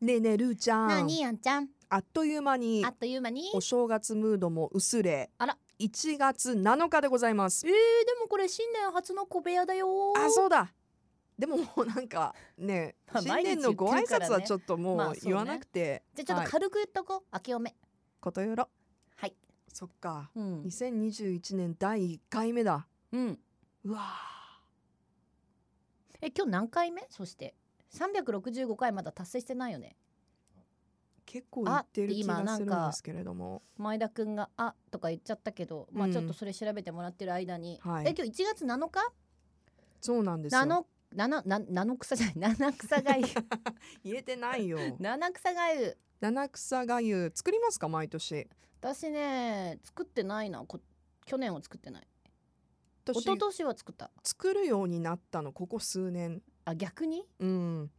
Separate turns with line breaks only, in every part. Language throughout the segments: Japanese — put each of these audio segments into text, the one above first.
ねえねえルーちゃ
なあ
ん
にやんちゃん
あっという間に
あっという間に
お正月ムードも薄れ
あら
1月7日でございます
えー、でもこれ新年初の小部屋だよ
あそうだでももうなんかね
まあ
新年のご挨
毎日言ってるから
拶は
ね
ちょっと
ま
も
あ
う
そうね
言わなくて、
じゃあちょっ
はい
と軽く言っとこう、明けおめ
ことよろ
はい
そっか
うん、
2021年第1回目だ
うん、
うわ
え今日何回目そして365回まだ達成してないよね
結構言ってる気
あって今
が
なん
す
か
るんですけれども
前田くんが「あ」とか言っちゃったけど、まあ
うん
ちょっとそれ調べてもらってる間に、
はい
え今日1月7日
そうなんです
な
よ
のなのななの草じゃない七草 がゆ
言えてないよ
七草がゆ
七草がゆ作りますか毎年
私ね作ってないなこ去年は作ってない一
私
昨年は作った
作るようになったのここ数年
あ逆に
うん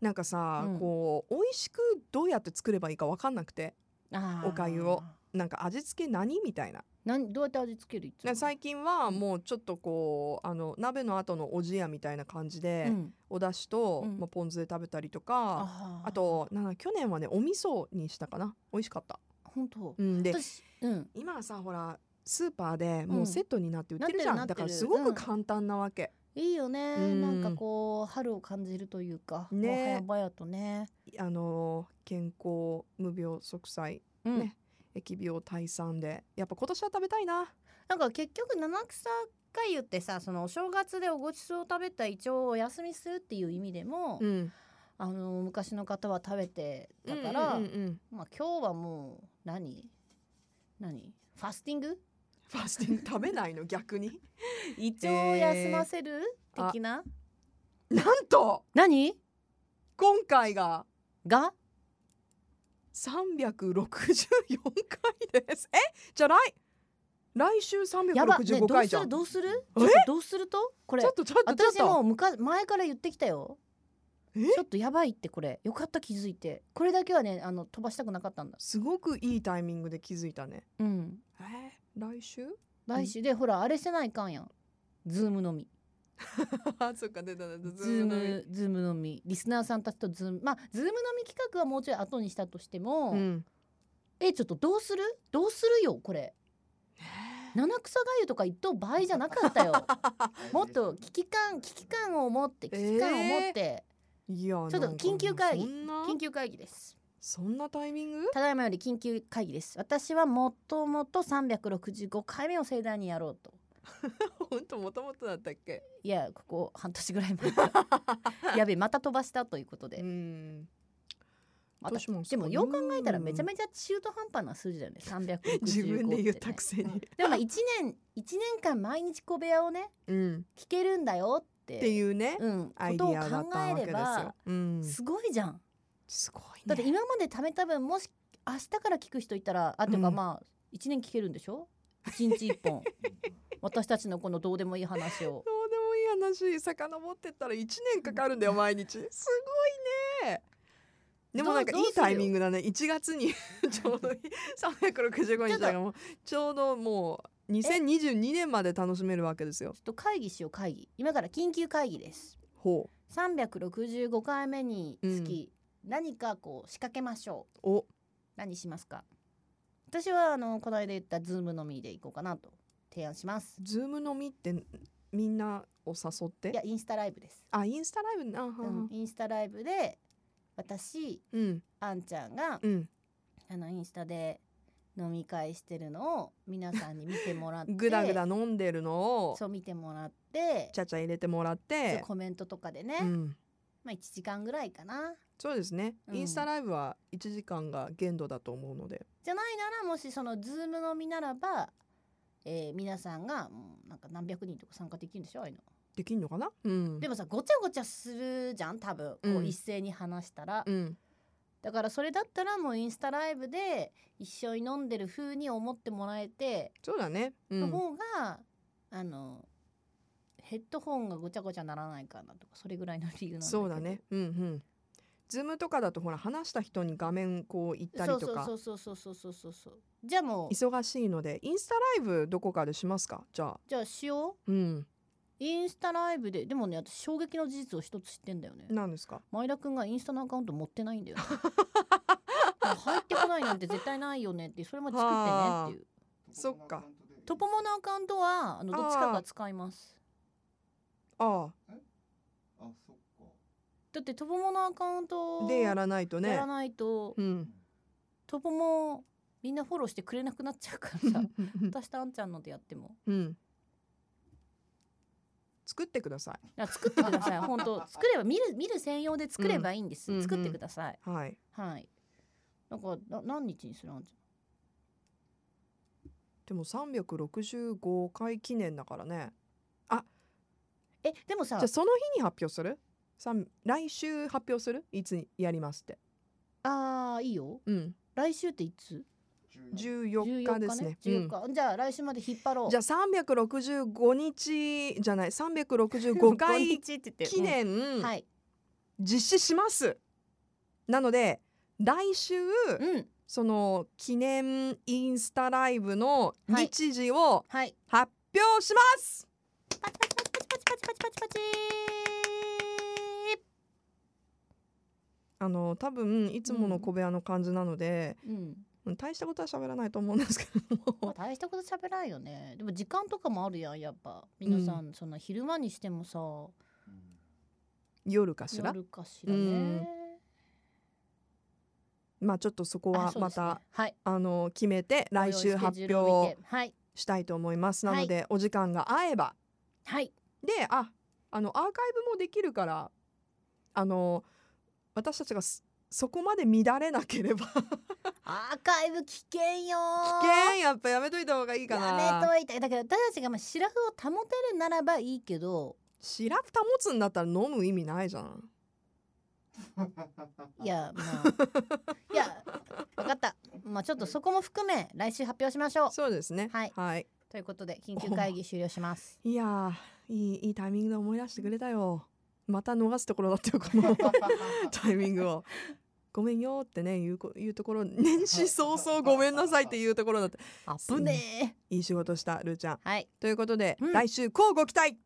なんかさ、
うん
こう美味しくどうやって作ればいいか分かんなくて
あー
お粥をなんか味付け何みたいな
なんどうやって味付けるいつも
で最近はもうちょっとこうあの鍋の後のおじやみたいな感じで、
うん
お出汁と、
うん
まあ、ポン酢で食べたりとか
あー
あとなんだ去年はねお味噌にしたかな美味しかった、
本当
うん、で
私うん
今はさほらスーパーでもううんセットになって売ってるじゃん、
なっ
だ
てる
か
な
ら
ってる
すご
う
く
ん
簡単なわけ、
いいよね、
うん
なんかこう春を感じるというか、
ね
もはやばやとね、
あの健康無病息災
うん
ね疫病退散でやっぱ今年は食べたいな
なんか結局七草がゆってさそのお正月でおごちそうを食べた一応お休みするっていう意味でも、
うん
あの昔の方は食べてたから、
うんうんうんうん
まあ今日はもう何何ファスティング
ファスティング食べないの逆に
胃腸を休ませる、的 な
なんと
何
今回が
が
364回ですえじゃあ来来週
やば、ね、
365
どう
回
す
じゃ
る
ん、
どうする
え
ちょっとどうするとこれ
ちょっとちょっとちょっ
私も
と
うむか前から言ってきたよ
え
ちょっとやばいってこれよかった気づいてこれだけはねあの飛ばしたくなかったんだ
すごくいいタイミングで気づいたね
うん
えー来週
来週でほらあれせないかんやんズームのみ
あそっか出た出た
ズー
ズーム
ムズームのみリスナーさんたちとズームまあズームのみ企画はもうちょい後にしたとしても、
うん
えちょっとどうするどうするよこれ七草がゆとか一等倍じゃなか ったよもっと危機感危機感を持って危機感を持って、
いやちょ
っと緊急会議
そんな
緊急会議です
そんなタイミング
ただいまより緊急会議です私はもともと365回目を盛大にやろうと
本当もともとだったっけ
いやここ半年ぐらい前か らやべえまた飛ばしたということで、
うん
ま
ど
た
うします
で
かね
もよう考えたらめちゃめちゃ中途半端な数字だよね365って、ね、
自分で言ったくせに
うんでもまあ1年一年間毎日小部屋をね
うん
聞けるんだよって
っていうね
うん、こ
アイデ
とを
ィ
考
アだったわけで
えれ
す
ば
よ、うん、
すごいじゃん
すごいね
だって今まで貯めた分もし明日から聞く人いたらあてか
うん
まあ1年聞けるんでしょ1日1本私たちのこのどうでもいい話を
どうでもいい話遡ってったら一年かかるんだよ毎 日すごいねでもなんかい
ど
いう
どうするよ
タイミングだね1月に ちょうどいい365日だからもうちょうどもう2022年まで楽しめるわけですよ
ちょっと会議しよう会議今から緊急会議です
ほ
365回目につき、何かこう仕掛けましょう
うお
何しますか私はあのこの間言ったズームのみで行こうかなと提案します
ズームのみってみんなを誘っ
いや
て
インスタライブです、
あインスタライブなあはあ
う
は
ん
あ、
インスタライブで私
うん
あんちゃんが
うん
あのインスタで飲み会してるのを皆さんに見ても らって
ぐだぐだ飲んでるのを
そう見てもらって
ちゃちゃ入れてもらっ
そう
て
コメントとかでね、
うん
まあ1時間ぐらいかな
そうですね、
うん
インスタライブは1時間が限度だと思うので
じゃないならもしそのズームのみならば、えー皆さんがもうなんか何百人とか参加できるんでしょああいうの
できんのかな、うん、
でもさごちゃごちゃするじゃん多分こ
う
うん一斉に話したら、
うん、
だからそれだったらもうインスタライブで一緒に飲んでる風に思ってもらえて
そうだね、う
の
ん、
方が、あのヘッドホンがごちゃごちゃならないかなとかそれぐらいの理由なんだけど
そうだねうんうんズームとかだとほら話した人に画面こう行ったり
そう
とか
そうそうそうそうそうそうそうじゃあもう
忙しいのでインスタライブどこかでしますかじゃあ
じゃあしよう
うん
インスタライブででもね私衝撃の事実を一つ知ってんだよね
なんですか
前田くんがインスタのアカウント持ってないん だよねもう入ってこないなんて絶対ないよねってそれも作ってねっていう
そっか
トポモのアカウントはあのどっちかが使います
あ
あそっか
だってトポモのアカウン
あ
ト
でやらないと
や
ね
らないと
うん
トポモみんなフォローしてくれなくなっちゃうから さ私とあんちゃんのでやっても
うん作ってくださ
だから作ってく ださい本当作れば見る見る専用で作ればいいんです、
うんうんうん
作ってください
いはい
はいなんかな何日にするあんち
でも365回記念だからね
ゃんえでもさ
じゃあその日に発表するさん来週発表するいつやりますって
あーいいよ
うん
来週っていつ
14日ですね
14日、じゃあ来週まで引っ張ろ
う
うん
じゃあ365日じゃない365回
日って
記 念
はい
実施しますなので来週
うん
その記念インスタライブの日時を
はい
発表します、
パチパチパチパチパチパチパチパチパチ
あの多分いつもの小部屋の感じなので、
うん、
うん大したことは喋らないと思うんですけど
まあ、
も
大したこと喋らんよねでも時間とかもあるやんやっぱ皆さん、そんな昼間にしてもさ
夜かしら
夜かしらね、
うんまあちょっとそこ
あ
は
そう
ま
ですね
たあ、
はい
の決めて来週発
お用意スケジュールを見
表
てはい
したいと思いますな
はい
ので、お時間が合えば
はい
でああのアーカイブもできるからあの私たちがすそこまで乱れなければ危
アーカイブ危険よー
険やっぱやめといた方がいいかな
やめといたいだけど私たちがまあ白フを保てるならばいいけど
シラフ保つんだったら飲む意味ないじゃん
いやまあ いや分かったまあちょっとそこも含め来週発表しましょう
そうですね
はい
はい、
ということで緊急会議終了します
いやーいいいいタイミングで思い出してくれたよまた逃すところだったよこのタイミングをごめんよってね言うこ言うところ年始早々ごめんなさいっていうところだった
あぶね
いい仕事したルーちゃん
えはい
ということで、
うん
来週こうご期待